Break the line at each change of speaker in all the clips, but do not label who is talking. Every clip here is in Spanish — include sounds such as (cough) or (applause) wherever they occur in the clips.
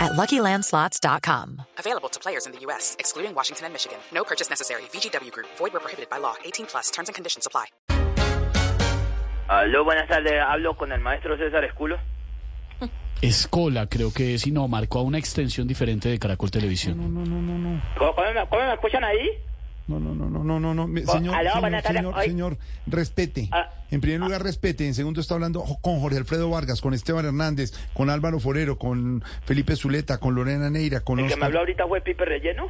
at luckylandslots.com.
Available to players in the U.S., excluding Washington and Michigan. No purchase necessary. VGW Group, void were prohibited by law. 18 plus terms and conditions apply.
Aló, buenas tardes. Hablo con el maestro César Esculo.
Escola, creo que es, y no, marcó a una extensión diferente de Caracol Televisión.
¿Cómo, cómo me, cómo me escuchan ahí?
No, no, no, no, no, no, no. me- Señor,
Oh, aló,
señor,
buenas tardes.
señor,
Ay.
señor, respete.
Ah.
En primer lugar, respete. En segundo, está hablando jo- con Jorge Alfredo Vargas, con Esteban Hernández, con Álvaro Forero, con Felipe Zuleta, con Lorena Neira, con
El que me habló
Oscar.
ahorita fue Pipe Relleno.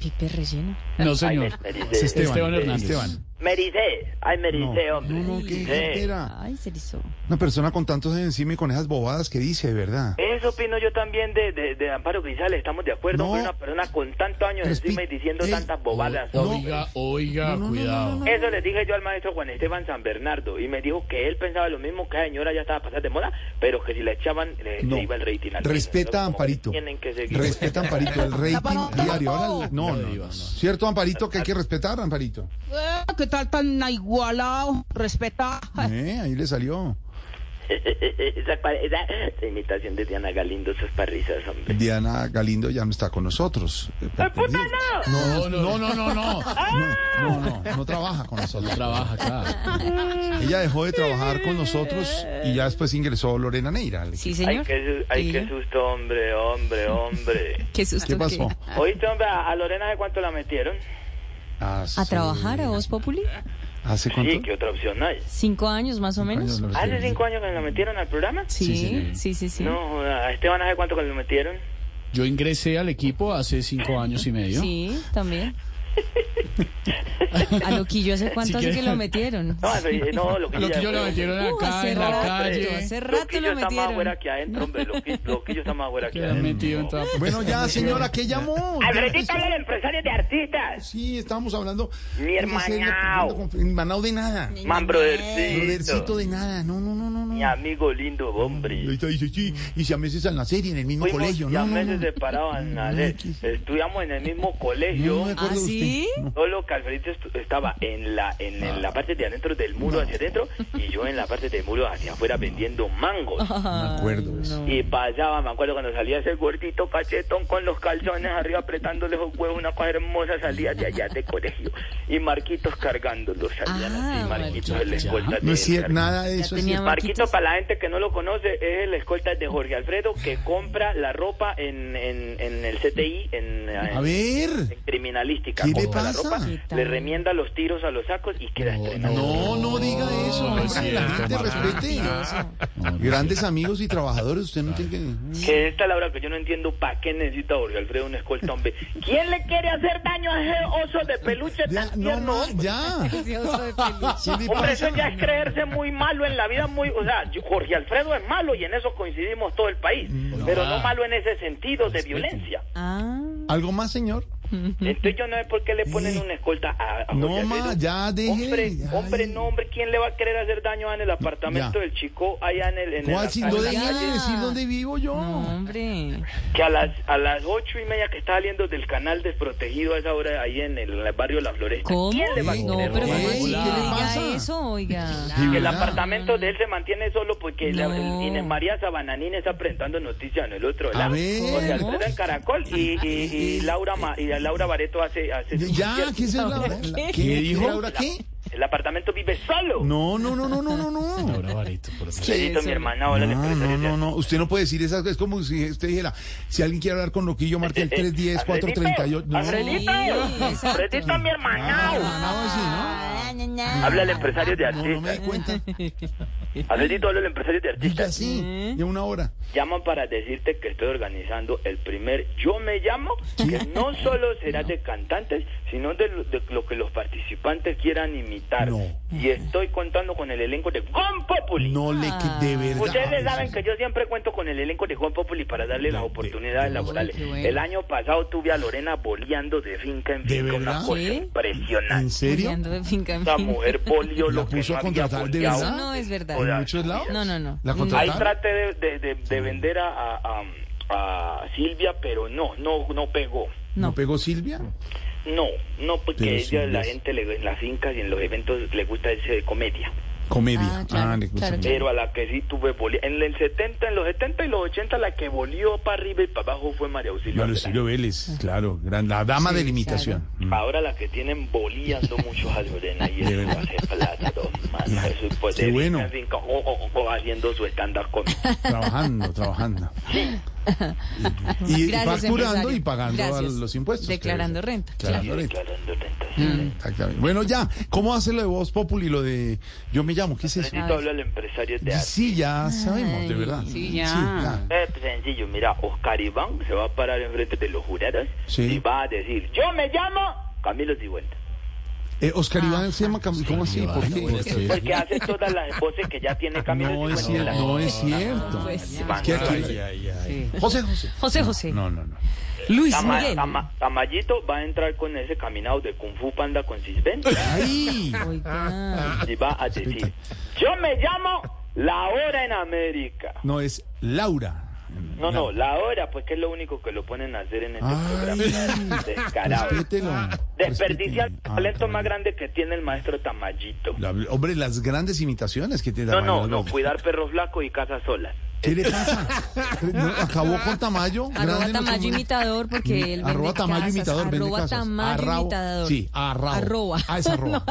Pipe relleno.
No, señor.
Ay, me- me
Es
dice-
Esteban, Hernández.
Esteban.
Me dice. Ay, me
No,
dice, hombre.
no, no, qué
Sí.
era.
Ay, se erizó.
Una persona con tantos encima y con esas bobadas que dice, de verdad.
Eso opino yo también de, de, de Amparo Grisales. Estamos de acuerdo.
No.
Hombre, una persona con tantos años
Respi-
encima y diciendo
Ey.
tantas bobadas.
No.
Oiga, oiga, cuidado.
Eso le dije yo al maestro Juan Esteban San Bernardo y me dijo que él pensaba lo mismo que la señora ya estaba pasada de moda, pero que si la echaban le,
No.
le iba el rating al
Respeta a Amparito.
Tienen que seguir.
Respeta a Amparito, el rating diario. Ahora, no, no, no, no. ¿Cierto, Amparito, que hay que respetar, Amparito?
Ah, ¿Qué tal tan igualado? Respeta.
Eh, ahí le salió.
esa, pa- esa- esa imitación de Diana Galindo, esas parrisas, hombre.
Diana Galindo ya no está con nosotros. Eh, perdida.
No, no, no, no, no.
No, no, no trabaja con nosotros.
Trabaja acá.
Ella dejó de trabajar con nosotros y ya después ingresó Lorena Neira. al
Sí,
equipo.
Ay,
señor.
qué, su- ay,
Sí.
qué susto, hombre, hombre, hombre.
Qué susto.
¿Qué pasó?
que-
Oíste, hombre, a, a Lorena de cuánto la metieron.
Hace-
¿A trabajar a Voz Populi?
¿Hace cuánto?
Sí, ¿qué otra opción hay?
¿Cinco años más o menos?
Lorena.
¿Hace cinco años que la metieron al programa?
Sí,
señor.
sí, sí, sí.
No, joda, a Esteban hace cuánto que lo metieron.
Yo ingresé al equipo hace cinco años y medio.
Sí, también. A Loquillo, ¿hace
Si
cuánto hace que
quiere-
lo metieron?
No, eh, no, lo que
Lo que yo la metieron
Uh,
acá,
hace
en la
rato,
calle.
hace rato
Loquillo
lo
está más
metieron. ¿Ah,
afuera que adentro, hombre. Loqui- Loquillo está más
(laughs)
afuera que
Que la han
adentro.
metido en toda parte.
Bueno, ya, señora, ¿qué llamó?
Alfredito habla de empresarios de artistas.
Sí, estábamos hablando.
Mi hermanao.
Hermanao de nada.
Man,
Brodercito
brodercito.
de nada. No, no, no, no. no.
Mi amigo lindo, hombre.
Ahorita dice, sí, y si a meses en la serie, en el mismo
Fuimos
colegio.
ya
No, no,
meses
no.
separados, Anales. Estudiamos en el mismo colegio.
No me acuerdo
¿Ah,
de usted.
sí?
No.
Solo que Alfredito estu- estaba en la en, en
Ah.
la parte de adentro del muro hacia adentro y yo en la parte del muro hacia afuera vendiendo
(laughs)
mangos.
Me acuerdo de
Ah,
eso.
Y pasaba, me acuerdo cuando salía ese gordito cachetón con los calzones arriba apretándole los huevos, una cosa hermosa salía de allá de colegio. Y Marquitos cargándolos, salían
Ah,
así, Marquitos el escolta.
No
de
es cierto,
Jorge
nada de
Ya
eso. es
tenía
cierto.
Marquito,
Marquitos.
para la gente que no lo conoce, es el escolta de Jorge Alfredo que compra la ropa en, en, en el CTI, en, eh,
A ver.
en criminalística.
¿Qué le
Compra la
pasa?
ropa,
¿Qué tal?
le remienda los tiros a los sacos y queda estrenando.
No, no diga eso.
No, es
hombre, la
cierto,
gente
Marco.
respete. Grandes amigos y trabajadores, usted no tiene que...
Que esta es la hora que yo no entiendo para qué necesita Jorge Alfredo un escolta, hombre. ¿Quién le quiere hacer daño a ese oso de peluche
Ya,
tan
no,
tierno?
no,
hombre?
(laughs)
ya.
Ese oso
(laughs)
de peluche.
¿Qué le
Hombre, eso
pasa?
ya es creerse muy malo en la vida, muy, o sea, yo- Jorge Alfredo es malo y en eso coincidimos todo el país,
Mm,
pero
Ah.
no malo en ese sentido de violencia.
Ah,
¿Algo más, señor?
Entonces yo no sé por qué le ponen una escolta a, a
No,
Jorge
ma,
Alfredo.
ya deje,
Hombre,
ay.
hombre, no, hombre, ¿quién le va a querer hacer daño en el apartamento
Ya.
del chico allá en el... En el-
¿Cuál? Si no
en la
deje
ya.
de
calle?
decir dónde vivo yo.
no, hombre.
Que a las, a las ocho y media que está saliendo del canal desprotegido a esa hora ahí en el, barrio La Floresta.
¿Cómo?
¿Quién le va a
Ey,
No,
querer
pero
Ey,
¿cómo
robar?
así que
¿qué le pasa?
diga eso, oiga?
Sí,
Que el
¿verdad?
apartamento de él se mantiene solo porque la-
No.
el Inés María Sabananina está presentando noticias en el otro lado.
ver.
O sea, Alfredo en Caracol y, y,
(laughs)
y Laura Ma- y Laura Bareto hace, hace su
Ya,
concierto.
¿qué es la, la-
¿Qué dijo?
¿Ahora qué?
El apartamento vive solo.
No, no, no, no, no, no, no.
Ahora, Barito, por favor.
Alfredito, mi hermana, hola, le
No,
presento
no,
ya.
no, no. Usted no puede decir esas cosas. Es como si usted dijera, si alguien quiere hablar con Loquillo,
Eh,
marque el 310-438. No,
Alfredito,
Sí, exacto.
Alfredito, mi hermana.
Ah, no, sí, ¿no?
Ay, ay,
Habla el empresario de
No, no me di
artistas.
cuenta.
Alfredito habla el empresario de
Dije
artistas.
así, de una hora.
Llaman para decirte que estoy organizando el primer Yo Me Llamo, que no solo será de cantantes, sino de lo, de lo que los participantes quieran imitar.
No.
Y estoy contando con el elenco de Juan Populi.
No le que- de verdad.
Ustedes saben que yo siempre cuento con el elenco de Juan Populi para darle las
No, de-
oportunidades laborales.
qué bueno.
El año pasado tuve a Lorena boleando de finca en
¿De
finca, una
verdad?
cosa
¿Sí?
¿En
impresionante.
serio?
Juliando de finca en
Esa
finca.
mujer
(laughs)
boleó
¿La
lo que
puso
no
a
había
contratar de
boleado.
verdad?
Eso no es verdad.
¿En muchos lados?
No, no, no. Mm.
¿La
Ahí
Ahí
contrataron?
traté de, de- de- de vender a, a- a- a Silvia, pero no, no, no pegó.
¿No
No.
pegó Silvia?
No, no,
Pero
porque ella, la
Silvia es-
gente le- en las fincas y en los eventos le gusta ese de comedia.
Comedia.
Ah, claro,
le gusta
claro,
mucho.
Pero a la que sí tuve bolea. En el 70, en los 70 y los 80, la que volvió para arriba y para abajo fue María Auxilio.
Claro,
Alvarado.
Silvio Vélez, claro, gran- la dama
Ah. Sí,
de la imitación.
Mm. Ahora la que tienen boleando mucho a Lorena y
(laughs) De
eso
verdad.
hace plata, don Manuel. Eso es
Qué
poder,
bueno.
en finca, o- o- o haciendo su estándar con
Trabajando,
(laughs)
trabajando. Y, y
Gracias,
facturando
empresario.
y pagando a
Gracias.
los impuestos. que
Declarando
debe.
renta,
Declarando renta.
declarando rentas.
Mm. Exactamente. Bueno, ya, ¿cómo hace lo de Voz Populi, lo de Yo me llamo? ¿Qué Ah, es eso?
Ah,
Necesito hablar al empresario de arte.
Sí, ya sabemos, de verdad.
sí, ya.
Es sencillo, mira, Oscar Iván se va a parar enfrente de los jurados
Sí.
y va a decir, yo me llamo Camilo Cibuenta.
Eh,
Ah.
Oscar Iván se llama Cam- ¿Cómo así? ¿Por qué?
¿Por qué?
Porque hace
(laughs)
todas las voces que ya tiene Camilo
No es
Cifuentes.
cierto, no es cierto.
Pues,
Es que aquí- José, José.
José José.
No, no, no.
Luis
Tama-
Miguel.
Tama- Tamayito va a entrar con ese caminado de Kung Fu Panda con Cisben
Ahí.
Oiga.
y va a decir, yo me llamo La Hora en América.
No, es Laura.
No, no, La Hora, pues que es lo único que lo ponen a hacer en este programa.
Ay,
Descarado.
respételo.
Ah, Desperdicia el
respételo. Ah,
talento
Tamayito.
más grande que tiene el maestro Tamayito.
La- hombre, las grandes imitaciones que te da
No, no,
Manuel
no,
López.
cuidar perros flacos y casas solas.
¿Qué le
(laughs)
pasa? No, acabó con Tamayo. grande
Arroba
en
Tamayo
ocho minutos.
imitador porque él vende
Arroba Tamayo
casas.
imitador. vende
Arroba
casas.
Tamayo
Arrao-
imitador.
Sí, arrao.
Arroba.
Ah, es
(laughs)
arroba.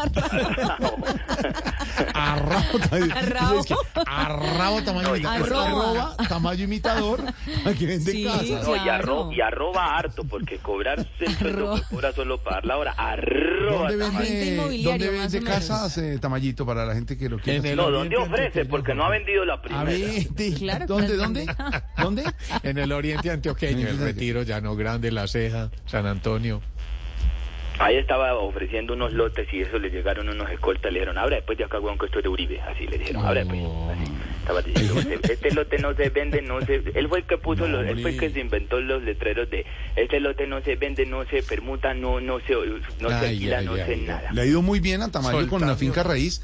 Arrao. Tamayo. (laughs)
Arrao.
Es que arrao Tamayo
No, y
imitador.
arroba.
Arroba Tamayo imitador. a que vende
Sí,
casas.
No, y,
Claro.
arro- y arroba harto, porque cobrar el sueldo
Arroba.
que cobra solo pagar la hora. Arroba.
¿Dónde
Agente
vende,
inmobiliario,
¿dónde
más
vende
o menos.
casas, eh, Tamayito, para la gente que lo quiere?
En el
No, ¿dónde ofrece? Porque no ha vendido la
A
primera.
ver, (laughs) di-
Claro,
¿dónde,
claro,
dónde? ¿Dónde?
(laughs)
En el oriente antioqueño, el retiro, Llano Grande, La Ceja, San Antonio.
Ahí estaba ofreciendo unos lotes y eso le llegaron unos escoltas. Le dijeron, ahora después de acá, weón, que esto es de Uribe. Así le dijeron, ahora después. Así. Estaba diciendo, este lote no se vende, no se. Él fue el que puso,
No,
los- él fue el que
hombre.
se inventó los letreros de este lote no se vende, no se permuta, no, no se, no se
Ay,
alquila,
ay,
no
ay,
se
ay.
nada.
Le ha ido muy bien a Tamayo con la
Soltando.
finca raíz.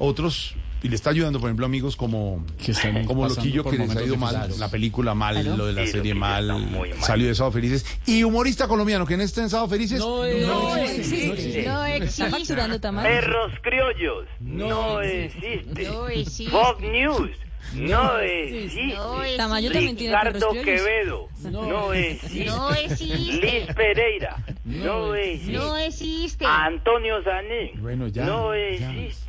Otros, y le está ayudando, por ejemplo, amigos como,
Que están
como
pasando
Loquillo,
por
que les ha
momentos
ido mal.
difíciles.
La película mal, lo de la
Sí,
serie
Loquillo
mal,
está muy mal.
salió de Sábado Felices. Y humorista colombiano, que en este en Sábado Felices.
eh,
No
existe.
existe.
No
Está
existe.
facturando Tamayo.
Perros criollos, no, existe.
No existe.
Fox News, no existe.
No
Tamayo
existe.
eh, también tiene
Ricardo
perros criollos.
Quevedo, no existe.
No existe.
Liz Pereira, no existe.
No existe.
Antonio Sanín,
Bueno, ya,
no eh,
ya.
existe.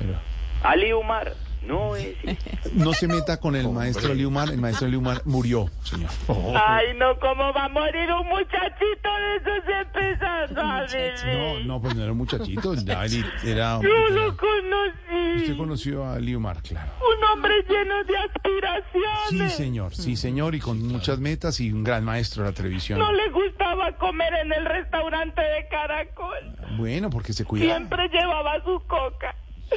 Pero
Ali Umar, no existe.
no se meta con el maestro Liumar. El maestro Liumar murió, señor.
Ay, no, ¿cómo va a morir un muchachito de esos empezando a
No,
vivir?
no, pues no era un muchachito. ya él Era,
Yo lo
usted
conocí.
conoció a Liumar, claro.
Un hombre lleno de
Sí,
aspiraciones.
señor, sí, señor, y con muchas metas y un gran maestro de la televisión.
No le gustaba comer en el restaurante de Caracol.
Bueno, porque se cuida.
Siempre llevaba su coca.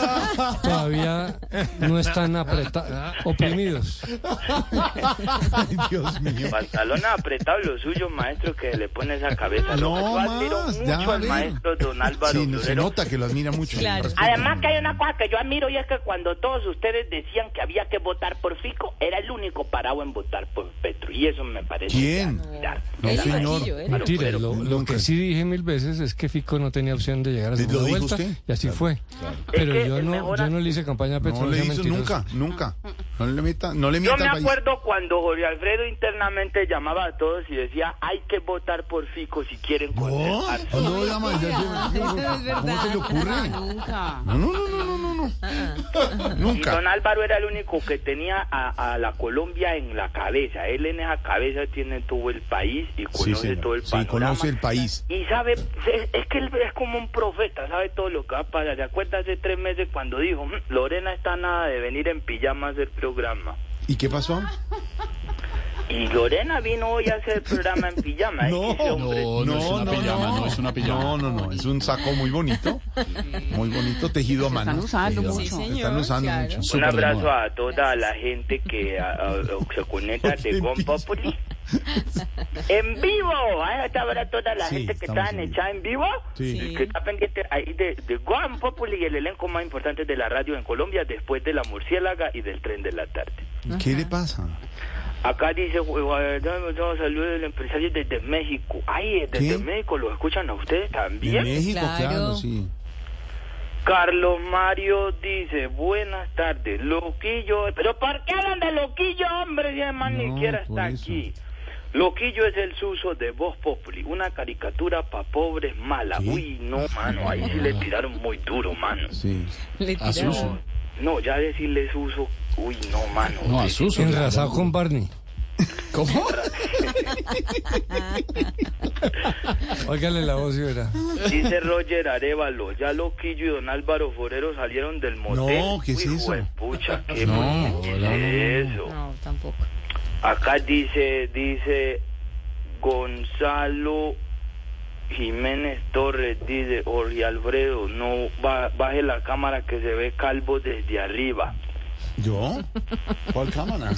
todavía no están apretados, oprimidos.
Ay, Dios mío.
Pantalón apretado lo suyo, maestro, que le pone esa cabeza.
No
Yo admiro
más, ya.
mucho al
ve.
maestro Don Álvaro
Sí, no, se
Forero.
nota que lo admira mucho.
Claro.
Respeto.
Además que hay una cosa que yo admiro y es que cuando todos ustedes decían que había que votar por Fico, era el único parado en votar por Petro. Y eso me parece...
¿Quién?
de admirar.
No,
Él ¿eh? y
señor.
Maquillo, él.
Mentira, lo, lo
Nunca.
que sí dije mil veces es que Fico no tenía opción de llegar a
¿Lo
segunda
dijo
vuelta
usted?
y así
Claro,
fue.
Es
Pero
que
yo
el
no,
mejor
yo
a-
no le hice campaña a Petro.
No le
sea
hizo
mentiroso.
nunca, nunca. No le meta, no le
Yo
mienta
me
al país.
acuerdo cuando Jorge Alfredo internamente llamaba a todos y decía, hay que votar por Fico si quieren
No,
conservar.
no, ya,
(laughs)
ma, ya, ya,
verdad.
¿Cómo se le
(laughs)
ocurre?
Nunca.
No, no, no, no, no, no.
Ah,
Y don
Nunca.
Álvaro era el único que tenía a, a la Colombia en la cabeza. Él en esa cabeza tiene todo el país y
Sí,
conoce todo
señor.
el
Sí,
país.
conoce el país.
Y sabe, es, es que él es como un profeta, sabe todo lo que va a pasar. ¿Se acuerda hace tres meses cuando dijo, "Mm, Lorena está nada de venir en pijama a hacer programa?
¿Y qué pasó?
Y Lorena vino hoy a hacer programa en pijama.
(laughs) No,
es que ese hombre-
No, no es una pijama, no es una pijama.
No, no, no, es un saco muy bonito, muy bonito, tejido a mano.
Están usando
Tejido a
mucho.
mano. Están usando mucho.
Un
Súper de
abrazo
moda.
a toda la gente que a- a- a- se conecta de Gon Populi. ¡En vivo! ¿eh? Ahí está ahora toda la
Sí,
gente que
estamos
está
en vivo.
echada en vivo.
Sí.
Que está pendiente ahí de, de Gon Populi, el elenco más importante de la radio en Colombia, después de La Murciélaga y del Tren de la Tarde.
¿Qué le pasa?
Acá dice, saludos del empresario desde México. Ay, desde
¿Qué?
México, ¿lo escuchan a ustedes
De
también?
México,
Claro.
claro, sí.
Carlos Mario dice, buenas tardes, Loquillo, pero ¿por qué hablan de Loquillo, hombre? Si el man
No,
ni siquiera
por
está
eso.
aquí. Loquillo es el suso de Voz Populi, una caricatura pa' pobres mala.
¿Qué?
Uy, no, mano, ahí sí le
Ah.
tiraron muy duro, mano.
Sí.
Le
A
tiraron.
Suso.
No, ya decirle suso, uy, no, mano.
No, a Suso.
Enrasado con Barney.
¿Cómo?
(laughs) Óigale la voz y verá.
Dice Roger Arevalo, ya Loquillo y Don Álvaro Forero salieron del motel.
No, ¿qué es
Uy,
eso?
juepucha, ¿qué
No,
por qué
hola,
es eso?
No, tampoco.
Acá dice, dice Gonzalo Jiménez Torres, dice Jorge Alfredo, no ba- baje la cámara que se ve calvo desde arriba.
¿Yo? ¿Cuál cámara?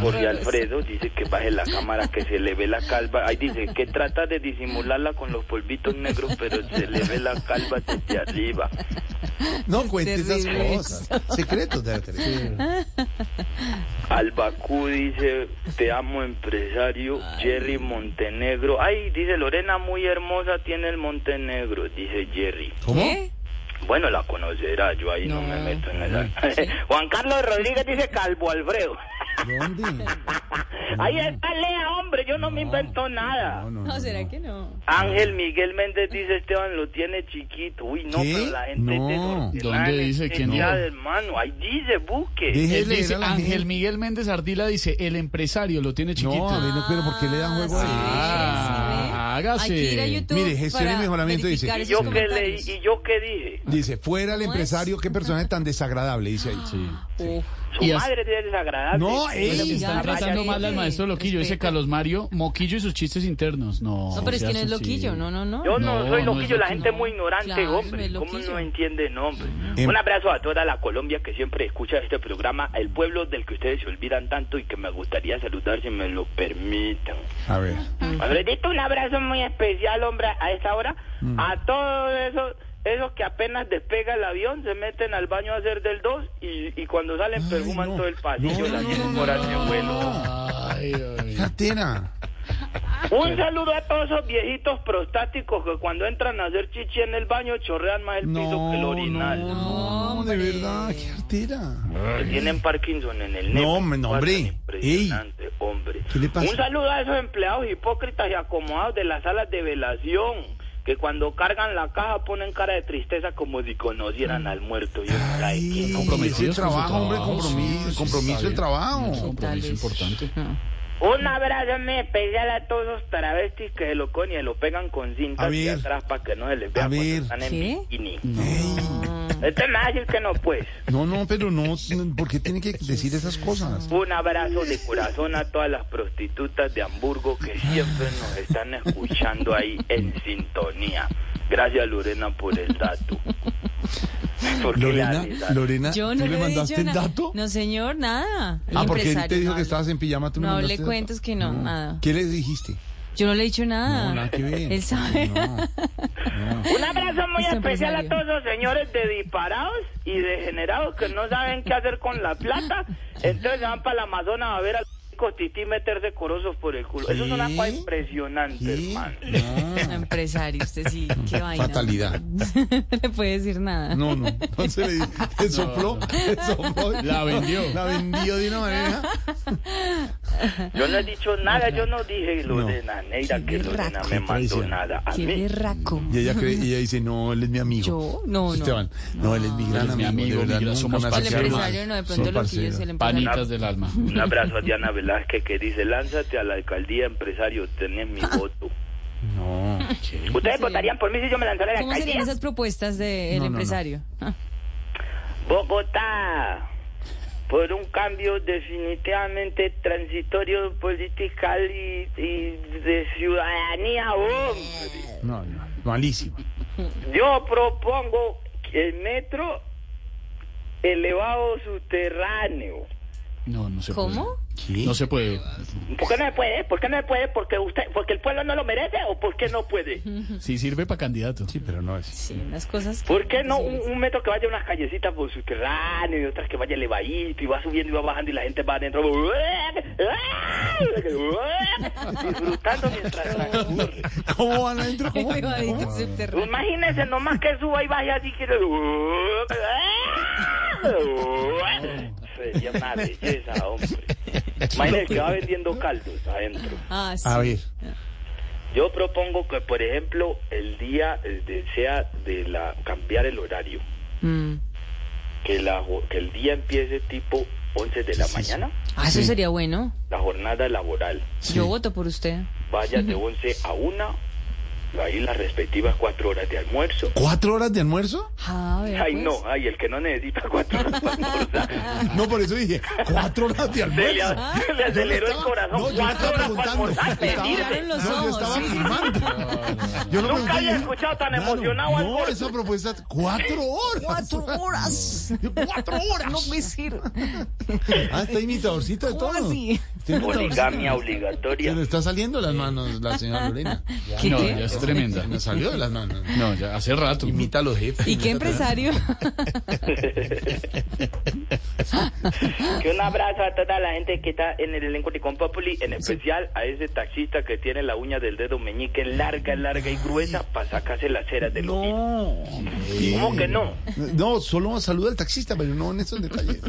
Jorge Alfredo dice que baje la cámara que se le ve la calva. Ahí dice que trata de disimularla con los polvitos negros, pero se le ve la calva desde arriba.
No cuente esas
terrible.
cosas. Secretos de la televisión.
Albacú dice, te amo empresario, Jerry Montenegro. Ay, dice Lorena, muy hermosa tiene el Montenegro, dice Jerry.
¿Cómo?
¿Qué?
Bueno, la conocerá, yo ahí no,
No.
me meto en esa. (laughs) Juan Carlos Rodríguez dice Calvo Alfredo.
¿Dónde?
Ahí está Lea, hombre, yo no, me invento nada.
No, no,
No,
no.
¿será que no?
Ángel Miguel Méndez dice Esteban lo tiene chiquito. Uy, no,
¿Qué?
pero la gente
No.
desordenada,
¿Dónde dice
gente
que no?
hinchada, hermano, ahí dice busque.
Deje
Él
leer
dice,
a la
Ángel
gente.
Miguel Méndez Ardila dice, el empresario lo tiene chiquito.
No, a ver, no, pero ¿por qué le dan juego a
Ah,
eso?
ah, hágase.
Hay que ir a YouTube
Mire, gestión y
para
mejoramiento dice.
verificar
¿Y
¿Y
esos
yo qué leí?
comentarios.
¿Y yo qué dije?
Dice, fuera el empresario, qué persona tan desagradable, dice ahí.
Uf,
Su
Y as-
madre es desagradable. pues,
No,
Oiga,
él
me
Ya,
están tratando
respete,
mal al maestro Loquillo, dice
respete.
Carlos Mario, Moquillo y sus chistes internos. No,
No, pero es
sea
que no es
sensible.
loquillo, no, no, no.
Yo no,
No,
soy
no
loquillo,
es
la gente es
loquillo.
muy ignorante,
Claro,
hombre.
es
¿Cómo
loquillo.
no entiende, no, hombre?
Em-
Un abrazo a toda la Colombia que siempre escucha este programa, el pueblo del que ustedes se olvidan tanto y que me gustaría saludar si me lo permitan.
A ver.
Alfredito, un abrazo muy especial, hombre, a esta hora.
Mm.
A todos esos, esos que apenas despega el avión, se meten al baño a hacer del 2 y, y cuando salen
Ay,
perfuman
no.
todo el
No,
pasillo.
no,
la
no,
tienen
no,
por
no,
ahí,
no.
abuelo.
(laughs) Ay, ay.
Catena.
Un saludo a todos esos viejitos prostáticos que cuando entran a hacer chichi en el baño chorrean más el piso
No,
que el
no,
orinal.
no, de verdad, qué artera.
Que tienen Parkinson en el
No,
nepe.
hombre, no,
Cosa
hombre.
Impresionante, hombre.
¿Qué le pasa?
Un saludo a esos empleados hipócritas y acomodados de las salas de velación que cuando cargan la caja ponen cara de tristeza como si conocieran al muerto. Y uno, ay, qué no.
Compromiso el
Comprometidos con su
trabajo, hombre,
trabajo,
compromiso,
sí, sí,
compromiso
está
el
bien.
trabajo.
Compromiso importante.
Un abrazo muy especial a todos los travestis que se lo cogen y se lo pegan con
A
cintas de
ver.
atrás para que no se les vea
A
cuando
ver.
están en
¿Qué?
bikini.
Ey,
Este me va a decir que no, pues.
No, no, pero no, ¿por qué tiene que decir esas cosas?
Un abrazo de corazón a todas las prostitutas de Hamburgo que siempre nos están escuchando ahí en sintonía. Gracias Lorena por el dato. Porque la
Lorena,
risa-
Lorena,
Yo
¿tú
no
le
le he
mandaste
dicho
el
nada.
dato?
No, señor, nada. El
Ah, porque él
empresario,
te dijo
no,
que estabas en pijama, tú le
No,
mandaste
le
el
cuentas
dato.
que no, nada.
¿Qué le dijiste?
Yo no le he dicho nada.
No, nada que ver.
Él Ah, sabe.
No.
Un abrazo muy
Este
especial a
empresario.
todos los señores de disparados y degenerados que no saben qué hacer con la plata. Entonces se van para la Amazonas a ver al Costití meterse corozos por el culo. Eso es una cosa
¿Qué?
impresionante,
¿Qué?
hermano.
No.
(laughs) Empresario, usted sí, qué vaina.
Fatalidad.
(laughs) no le puede decir nada.
No, no. Entonces le, di- le sopló, le sopló.
La vendió.
La vendió de una manera.
Yo no he dicho nada, yo no dije
No.
Lorena Neira que Lorena me mandó
Patricia.
nada a
Qué
mí.
berraco.
Y ella, cree, y ella dice, no, él es mi amigo.
Yo, no, no.
Esteban, no, él es mi gran
Él es mi amigo,
amigo. de
mi
verdad,
gran-
nunca
somos
me hace
El
parceros.
quedar mal.
empresario no, de
Son
pronto lo que yo
parceros.
es el empresario.
Panitas del alma.
Un abrazo a Diana Velázquez que dice, lánzate a la alcaldía, empresario, tenés mi voto.
No.
¿Ustedes votarían por mí si yo me lanzara a la
¿Cómo serían
alcaldía?
esas propuestas del
No, no, no.
empresario? Ah,
Bogotá, por un cambio definitivamente transitorio, political y, y de ciudadanía, hombre.
No, no, malísimo.
Yo propongo el metro elevado subterráneo.
No, no se
¿Cómo?
puede. No se puede.
¿Por qué no se puede? ¿Por qué no se puede? ¿Porque, usted, porque el pueblo no lo merece o por qué no puede?
Sí sirve para candidato.
Sí, pero no es. (laughs)
Sí, unas cosas. que-
¿Por qué no un, un metro que vaya unas callecitas por subterráneo y otras que vaya elevadito y va subiendo y va bajando y la gente va adentro (laughs) disfrutando mientras transcurre?
¿Cómo van adentro? ¿Cómo?
Elevadito
¿Cómo?
subterráneo.
Imagínense nomás que suba y baje así que... Sería una belleza, hombre. Imagínense que va vendiendo caldos adentro.
Ah, sí.
A ver.
Yo propongo que, por ejemplo, el día eh, de- sea de la cambiar el horario.
Mm.
que, la, jo- que el día empiece tipo 11 de la mañana,
Ah, eso sería bueno.
la jornada laboral
Yo voto por usted.
vaya de 11 a 1, (laughs) ahí las respectivas cuatro horas de almuerzo.
¿Cuatro horas de almuerzo?
Ah, vea,
Ay,
pues.
no, ay, el que no necesita cuatro horas para almorzar.
No, por eso dije, cuatro horas de
Se le,
almuerzo.
se le aceleró el
estaba-
corazón.
no, yo
cuatro
estaba
horas para
preguntando.
almorzar,
Estaba-
pedirle.
Miraron
No,
los
yo
ojos.
estaba
sí, sí, sí.
firmando. Yo lo
Nunca
pregunté y
había
dije,
escuchado tan
claro,
emocionado al
No,
gordo.
esa propuesta, cuatro horas. Ah,
Cuatro (laughs) horas.
cuatro horas.
No me sirve.
Ah, está imitadorcita de
¿Cómo
todo.
así?
Está imitadorcita.
Poligamia
Se
obligatoria.
le está saliendo de las manos la señora Lorena.
¿Qué?
No, ya
(laughs)
es tremenda.
Se me salió de las manos.
No, ya hace rato.
Imita a los jefes.
¿Y qué empresario? (laughs)
Que un abrazo a toda la gente que está en el elenco de Compopoli, en especial a ese taxista que tiene la uña del dedo meñique larga, larga y gruesa para sacarse las ceras del ojo.
No.
¿Cómo que no?
No, solo saluda al taxista, pero no en esos detalles.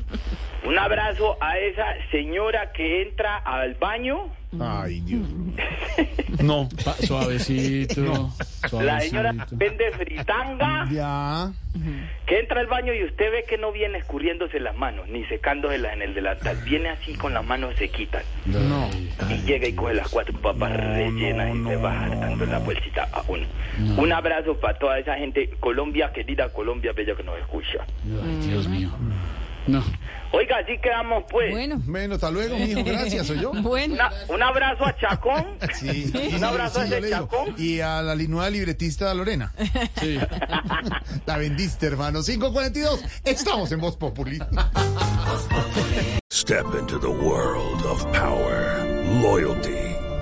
Un abrazo a esa señora que entra al baño
Ay, Dios mío.
(laughs)
No.
Pa- suavecito.
No.
La señora vende
(laughs)
fritanga
Ya.
que entra al baño y usted ve que no viene escurriéndose las manos ni secándoselas en el delantal. Viene así con las manos sequitas
No.
y llega y coge las cuatro papas rellenas y se va jalando la bolsita a uno. Un abrazo para toda esa gente. Colombia querida, Colombia bella que nos escucha.
Ay, Dios mío. No.
Oiga, así quedamos pues.
Bueno.
Bueno, hasta
(laughs)
luego, mijo. Gracias, soy yo.
Bueno.
Una- un abrazo a Chacón.
Sí.
Un abrazo a
Sí, yo
ese
le digo.
Chacón.
Y a la li- nueva libretista Lorena.
Sí.
(laughs) La vendiste, hermano. 542. Estamos en Voz Populi.
Step into the world of power, loyalty,